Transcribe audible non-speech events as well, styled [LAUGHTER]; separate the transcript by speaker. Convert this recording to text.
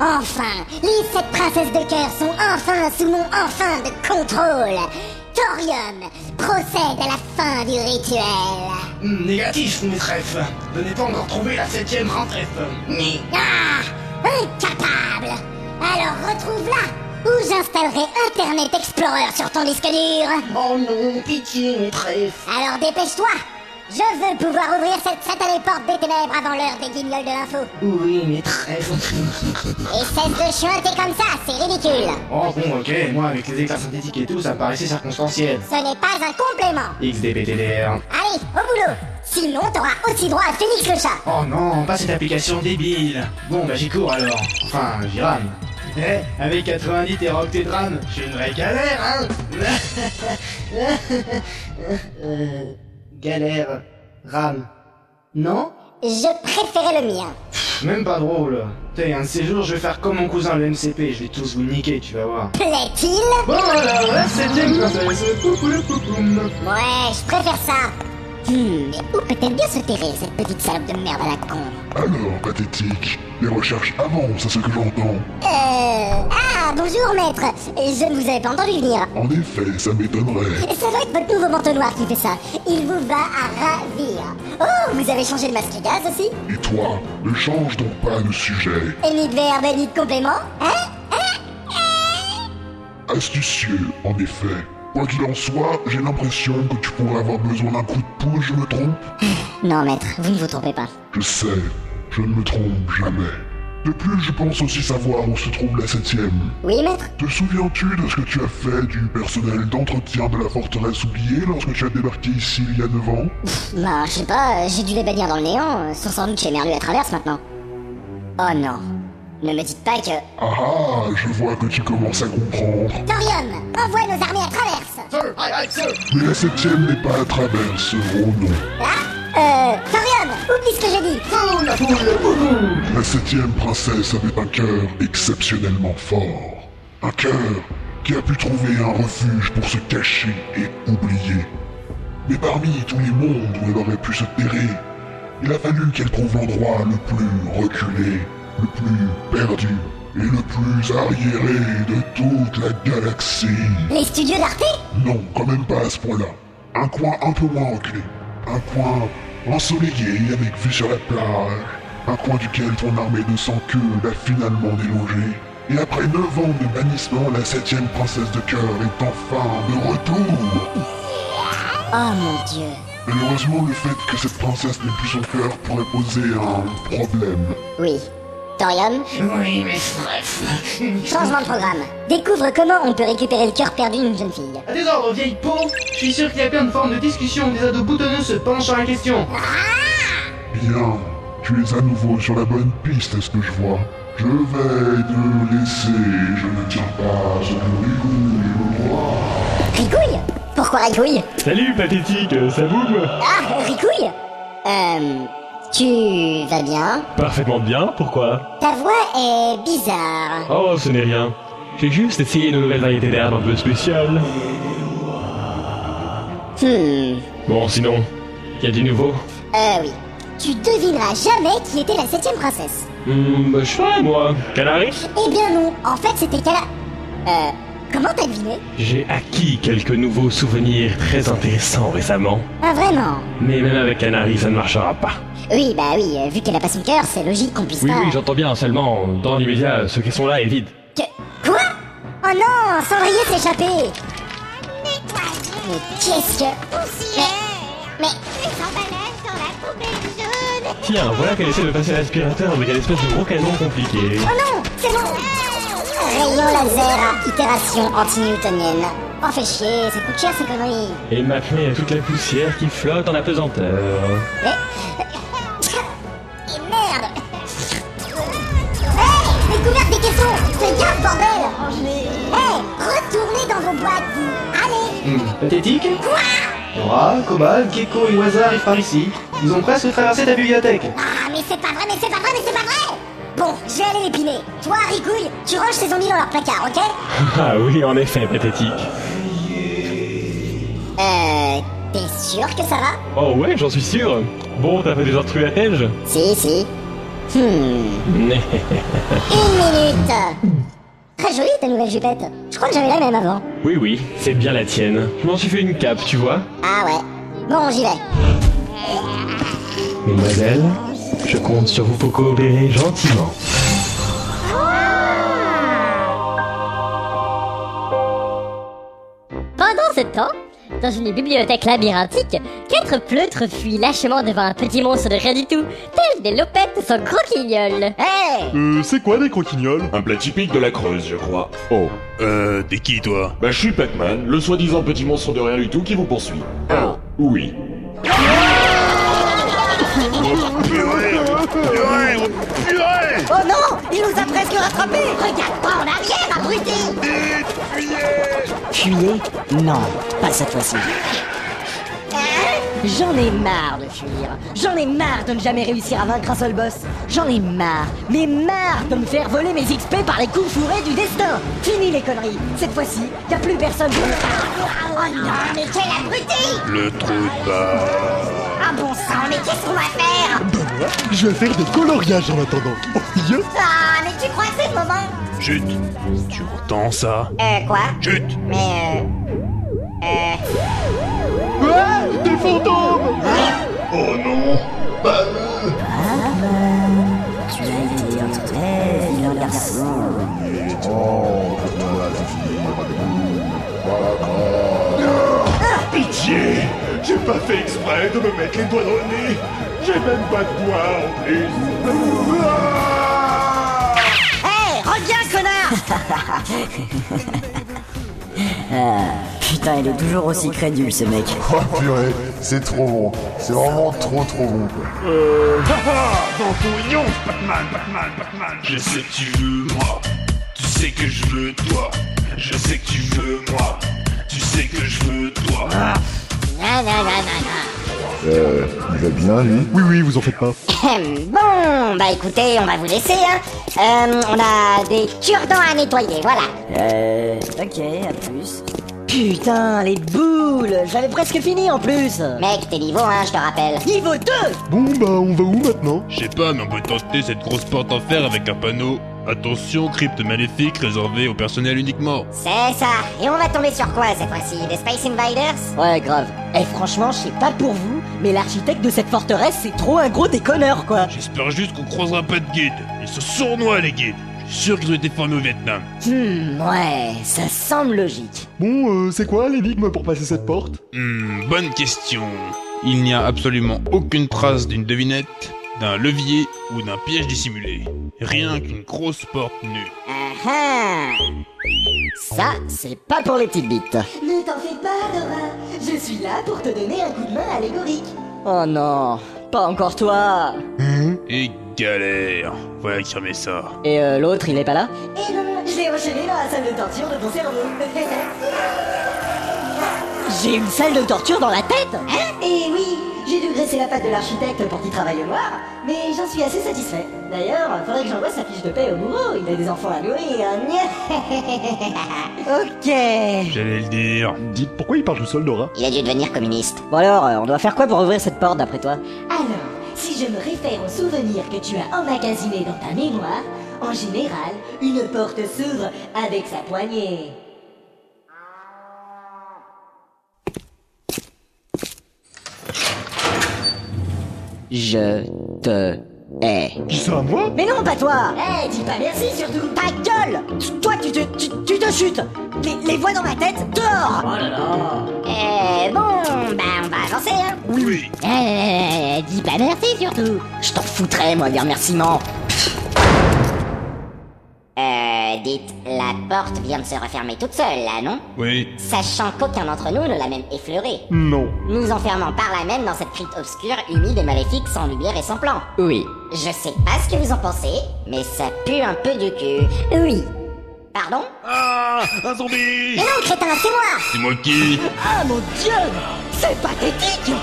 Speaker 1: Enfin, les sept princesses de cœur sont enfin sous mon enfin de contrôle. Thorium procède à la fin du rituel.
Speaker 2: Hmm, Négatif, maîtresse. Je n'ai pas encore trouvé la septième rentrée. Ni.
Speaker 1: Ah Incapable Alors retrouve-la ou j'installerai Internet Explorer sur ton disque dur.
Speaker 2: Oh non, pitié, maîtresse.
Speaker 1: Alors dépêche-toi Je veux pouvoir ouvrir cette satanée porte des ténèbres avant l'heure des guignols de l'info.
Speaker 2: Oui, maîtresse.
Speaker 1: Et cesse de chuinter comme ça, c'est ridicule
Speaker 2: [LAUGHS] oh bon, ok, moi avec les éclairs synthétiques et tout, ça me paraissait circonstanciel.
Speaker 1: Ce n'est pas un complément
Speaker 2: XDPTDR.
Speaker 1: Allez, au boulot Sinon, t'auras aussi droit à Félix le chat
Speaker 2: Oh non, pas cette application débile. Bon, bah j'y cours alors. Enfin, j'y rame. Eh, avec 90 tétraoctédrames, je suis une vraie galère, hein [LAUGHS] Euh, Galère. Rame. Non
Speaker 1: Je préférais le mien.
Speaker 2: Même pas drôle. T'es un de ces jours, je vais faire comme mon cousin le MCP, je vais tous vous niquer, tu vas voir.
Speaker 1: Plaît-il
Speaker 2: Bon alors, la septième princesse, coucou le coucoum.
Speaker 1: Ouais, je préfère ça Hmm, mais où peut-elle bien se terrer, cette petite salope de merde à la con
Speaker 3: Alors, pathétique, les recherches avancent à ce que j'entends.
Speaker 1: Euh... Ah, bonjour maître Je ne vous avais pas entendu venir.
Speaker 3: En effet, ça m'étonnerait.
Speaker 1: Ça doit être votre nouveau manteau noir qui fait ça. Il vous va à ravir. Oh, vous avez changé de masque gaz aussi
Speaker 3: Et toi, ne change donc pas de sujet.
Speaker 1: Et ni de verbe, et ni de complément Hein
Speaker 3: Astucieux, en effet. Quoi qu'il en soit, j'ai l'impression que tu pourrais avoir besoin d'un coup de pouce, je me trompe
Speaker 1: Non maître, vous ne vous trompez pas.
Speaker 3: Je sais, je ne me trompe jamais. De plus, je pense aussi savoir où se trouve la septième.
Speaker 1: Oui maître
Speaker 3: Te souviens-tu de ce que tu as fait du personnel d'entretien de la forteresse oubliée lorsque tu as débarqué ici il y a 9 ans
Speaker 1: Bah, je sais pas, euh, j'ai dû les bannir dans le néant, euh, sont sans doute chez Merlu à traverse maintenant. Oh non, ne me dites pas que...
Speaker 3: Ah ah, je vois que tu commences à comprendre.
Speaker 1: Thorium, envoie nos armées à traverse
Speaker 3: Mais la oh septième n'est pas à travers ce gros nom.
Speaker 1: Là Euh... Thorium, oublie ce que j'ai dit
Speaker 3: La septième princesse avait un cœur exceptionnellement fort. Un cœur qui a pu trouver un refuge pour se cacher et oublier. Mais parmi tous les mondes où elle aurait pu se terrer, il a fallu qu'elle trouve l'endroit le plus reculé, le plus perdu et le plus arriéré de toute la galaxie.
Speaker 1: Les studios d'Arte
Speaker 3: Non, quand même pas à ce point-là. Un coin un peu moins reculé. Un coin ensoleillé avec vue sur la plage. Un coin duquel ton armée de sans queue l'a finalement délogé. Et après 9 ans de bannissement, la septième princesse de cœur est enfin de retour.
Speaker 1: Oh mon dieu...
Speaker 3: Malheureusement, le fait que cette princesse n'ait plus son cœur pourrait poser un problème.
Speaker 1: Oui. Thorium,
Speaker 2: Oui, maîtresse.
Speaker 1: changement de programme. Découvre comment on peut récupérer le cœur perdu d'une jeune fille.
Speaker 2: À désordre, vieille peau, je suis sûr qu'il y a plein de formes de discussion où des ados boutonneux se penchent sur la question.
Speaker 3: Bien, tu es à nouveau sur la bonne piste, est-ce que je vois Je vais te laisser, je ne tiens pas, je ne rigole pas.
Speaker 1: Ricouille Pourquoi Ricouille
Speaker 4: Salut pathétique, euh, ça vous quoi
Speaker 1: Ah, Ricouille Euh... Tu vas bien
Speaker 4: Parfaitement bien, pourquoi
Speaker 1: Ta voix est bizarre.
Speaker 4: Oh, ce n'est rien. J'ai juste essayé une nouvelle variété d'herbe un peu spéciale.
Speaker 1: Hmm...
Speaker 4: Bon, sinon, y a du nouveau
Speaker 1: Euh oui. Tu devineras jamais qui était la septième princesse.
Speaker 4: Hmm, bah, je sais pas, moi. Canary
Speaker 1: Eh bien non, en fait c'était Kala. Euh, comment t'as deviné
Speaker 4: J'ai acquis quelques nouveaux souvenirs très intéressants récemment.
Speaker 1: Ah vraiment
Speaker 4: Mais même avec Canary, ça ne marchera pas.
Speaker 1: Oui, bah oui, euh, vu qu'elle a pas son cœur, c'est logique qu'on puisse
Speaker 4: Oui,
Speaker 1: pas...
Speaker 4: oui, j'entends bien, seulement, dans l'immédiat, ceux qui sont là est vide.
Speaker 1: Que- Quoi Oh non Cendrier s'est échappé Mais qu'est-ce que... Mais...
Speaker 4: Tiens, voilà qu'elle essaie de passer l'aspirateur avec un espèce de gros canon compliqué.
Speaker 1: Oh non C'est bon Rayon laser à itération anti-newtonienne. Oh fais chier, ça coûte cher ces conneries.
Speaker 4: Et maintenant, il y a toute la poussière qui flotte en apesanteur.
Speaker 1: Et merde Hey Découverte des questions Fais gaffe, bordel Hey Retournez dans vos boîtes, vous Allez
Speaker 2: Pathétique Nora, Cobalt, Gecko et Waza arrivent par ici. Ils ont presque traversé ta bibliothèque.
Speaker 1: Ah, mais c'est pas vrai, mais c'est pas vrai, mais c'est pas vrai Bon, je vais aller l'épiner. Toi, Ricouille, tu ranges ces zombies dans leur placard, ok
Speaker 4: Ah oui, en effet, pathétique.
Speaker 1: Euh... T'es sûr que ça va
Speaker 4: Oh ouais, j'en suis sûr. Bon, t'as fait des intrus à Tège
Speaker 1: Si, si. Une minute Très jolie ta nouvelle jupette. Je crois que j'avais la même avant.
Speaker 4: Oui, oui, c'est bien la tienne. Je m'en suis fait une cape, tu vois.
Speaker 1: Ah ouais. Bon, j'y vais.
Speaker 4: Mademoiselle, je compte sur vous pour coopérer gentiment.
Speaker 5: Pendant ce temps, dans une bibliothèque labyrinthique, quatre pleutres fuient lâchement devant un petit monstre de rien du tout, tels des lopettes sans croquignoles.
Speaker 6: Hey
Speaker 7: Euh, c'est quoi des croquignoles
Speaker 6: Un plat typique de la Creuse, je crois.
Speaker 7: Oh,
Speaker 8: Euh, t'es qui toi
Speaker 6: Bah, je suis Pac-Man, le soi-disant petit monstre de rien du tout qui vous poursuit. Oh, oui.
Speaker 8: Purée Purée Purée
Speaker 5: Oh non Il nous a presque rattrapés Regarde pas en arrière, abruti
Speaker 9: Fuyez Non, pas cette fois-ci.
Speaker 5: Hein? J'en ai marre de fuir. J'en ai marre de ne jamais réussir à vaincre un seul boss. J'en ai marre, mais marre de me faire voler mes XP par les coups fourrés du destin. Fini les conneries. Cette fois-ci, y a plus personne.
Speaker 1: Oh non, mais quel abruti
Speaker 8: Le trou de balle
Speaker 1: Ah bon sang, mais qu'est-ce qu'on va faire
Speaker 7: je vais faire des coloriages en attendant. Oh, yes.
Speaker 1: Ah, mais tu crois que c'est le moment
Speaker 8: Chut Tu entends ça
Speaker 1: Euh, quoi
Speaker 8: Chut
Speaker 1: Mais euh... Euh...
Speaker 7: Ah, des fantômes
Speaker 6: Pitié J'ai pas fait exprès de me mettre les doigts dans le nez J'ai même pas de bois en plus
Speaker 5: Hey, reviens, connard
Speaker 9: Putain, il est toujours aussi crédule ce mec.
Speaker 10: Oh purée, c'est trop bon. C'est vraiment trop trop bon. quoi.
Speaker 8: Pac-Man, Pac-Man, Pac-Man
Speaker 6: Je sais que tu veux moi, tu sais que je veux toi, je sais que tu veux moi, tu sais que je veux toi.
Speaker 8: Ah.
Speaker 1: Non, non, non, non,
Speaker 10: Euh, il va bien lui
Speaker 7: Oui, oui, vous en faites pas.
Speaker 1: non. [LAUGHS] bon, bah écoutez, on va vous laisser, hein. Euh, on a des cure-dents à nettoyer, voilà.
Speaker 9: Euh, ok, à plus.
Speaker 5: Putain, les boules J'avais presque fini en plus
Speaker 1: Mec, t'es niveau 1, je te rappelle.
Speaker 5: Niveau 2
Speaker 7: Bon, bah, on va où maintenant
Speaker 8: Je sais pas, mais on peut tenter cette grosse porte en fer avec un panneau. Attention, crypte maléfique réservée au personnel uniquement.
Speaker 1: C'est ça. Et on va tomber sur quoi cette fois-ci Des Space Invaders
Speaker 5: Ouais, grave. Eh, franchement, je sais pas pour vous, mais l'architecte de cette forteresse, c'est trop un gros déconneur, quoi
Speaker 8: J'espère juste qu'on croisera pas de guides. Ils sont sournois, les guides. Je suis sûr qu'ils ont été formés au Vietnam.
Speaker 5: Hmm, ouais, ça semble logique.
Speaker 7: Bon, euh, c'est quoi l'énigme pour passer cette porte
Speaker 8: Hmm, bonne question. Il n'y a absolument aucune trace d'une devinette, d'un levier ou d'un piège dissimulé. Rien qu'une grosse porte nue.
Speaker 1: Ah
Speaker 5: Ça, c'est pas pour les petites bites. Ne t'en fais pas, Dora. Je suis là pour te donner un coup de main allégorique. Oh non, pas encore toi.
Speaker 8: Et galère. Voilà qui remet ça.
Speaker 5: Et euh, l'autre, il est pas là Eh non, je l'ai enchaîné dans la salle de torture de ton cerveau. [LAUGHS] J'ai une salle de torture dans la tête Hein Eh oui, j'ai dû graisser la patte de l'architecte pour qu'il travaille au noir, mais j'en suis assez satisfait. D'ailleurs, faudrait que j'envoie sa fiche de paix au bourreau, il a des enfants à nourrir. [LAUGHS] ok.
Speaker 8: J'allais le dire.
Speaker 7: Dites, pourquoi il parle tout seul, Dora
Speaker 1: Il a dû devenir communiste.
Speaker 5: Bon alors, euh, on doit faire quoi pour ouvrir cette porte d'après toi
Speaker 11: Alors, si je me réfère aux souvenirs que tu as emmagasinés dans ta mémoire, en général, une porte s'ouvre avec sa poignée.
Speaker 9: Je te hais.
Speaker 7: Dis ça à moi
Speaker 5: Mais non, pas toi
Speaker 11: Eh, dis pas merci surtout
Speaker 5: Ta gueule Tu- Toi, tu te, tu, tu te chutes les, les voix dans ma tête, dehors
Speaker 1: Euh, bon, bah on va avancer, hein.
Speaker 8: Oui, oui.
Speaker 1: Euh, dis pas merci surtout.
Speaker 9: Je t'en foutrais, moi, des remerciements.
Speaker 1: Euh, dites, la porte vient de se refermer toute seule, là, non
Speaker 8: Oui.
Speaker 1: Sachant qu'aucun d'entre nous ne l'a même effleurée.
Speaker 7: Non.
Speaker 1: Nous enfermant par là même dans cette crypte obscure, humide et maléfique, sans lumière et sans plan.
Speaker 9: Oui.
Speaker 1: Je sais pas ce que vous en pensez, mais ça pue un peu du cul. Oui. Pardon
Speaker 8: Ah Un zombie
Speaker 1: Mais non, crétin, c'est moi
Speaker 8: C'est moi qui
Speaker 5: Ah mon dieu C'est pathétique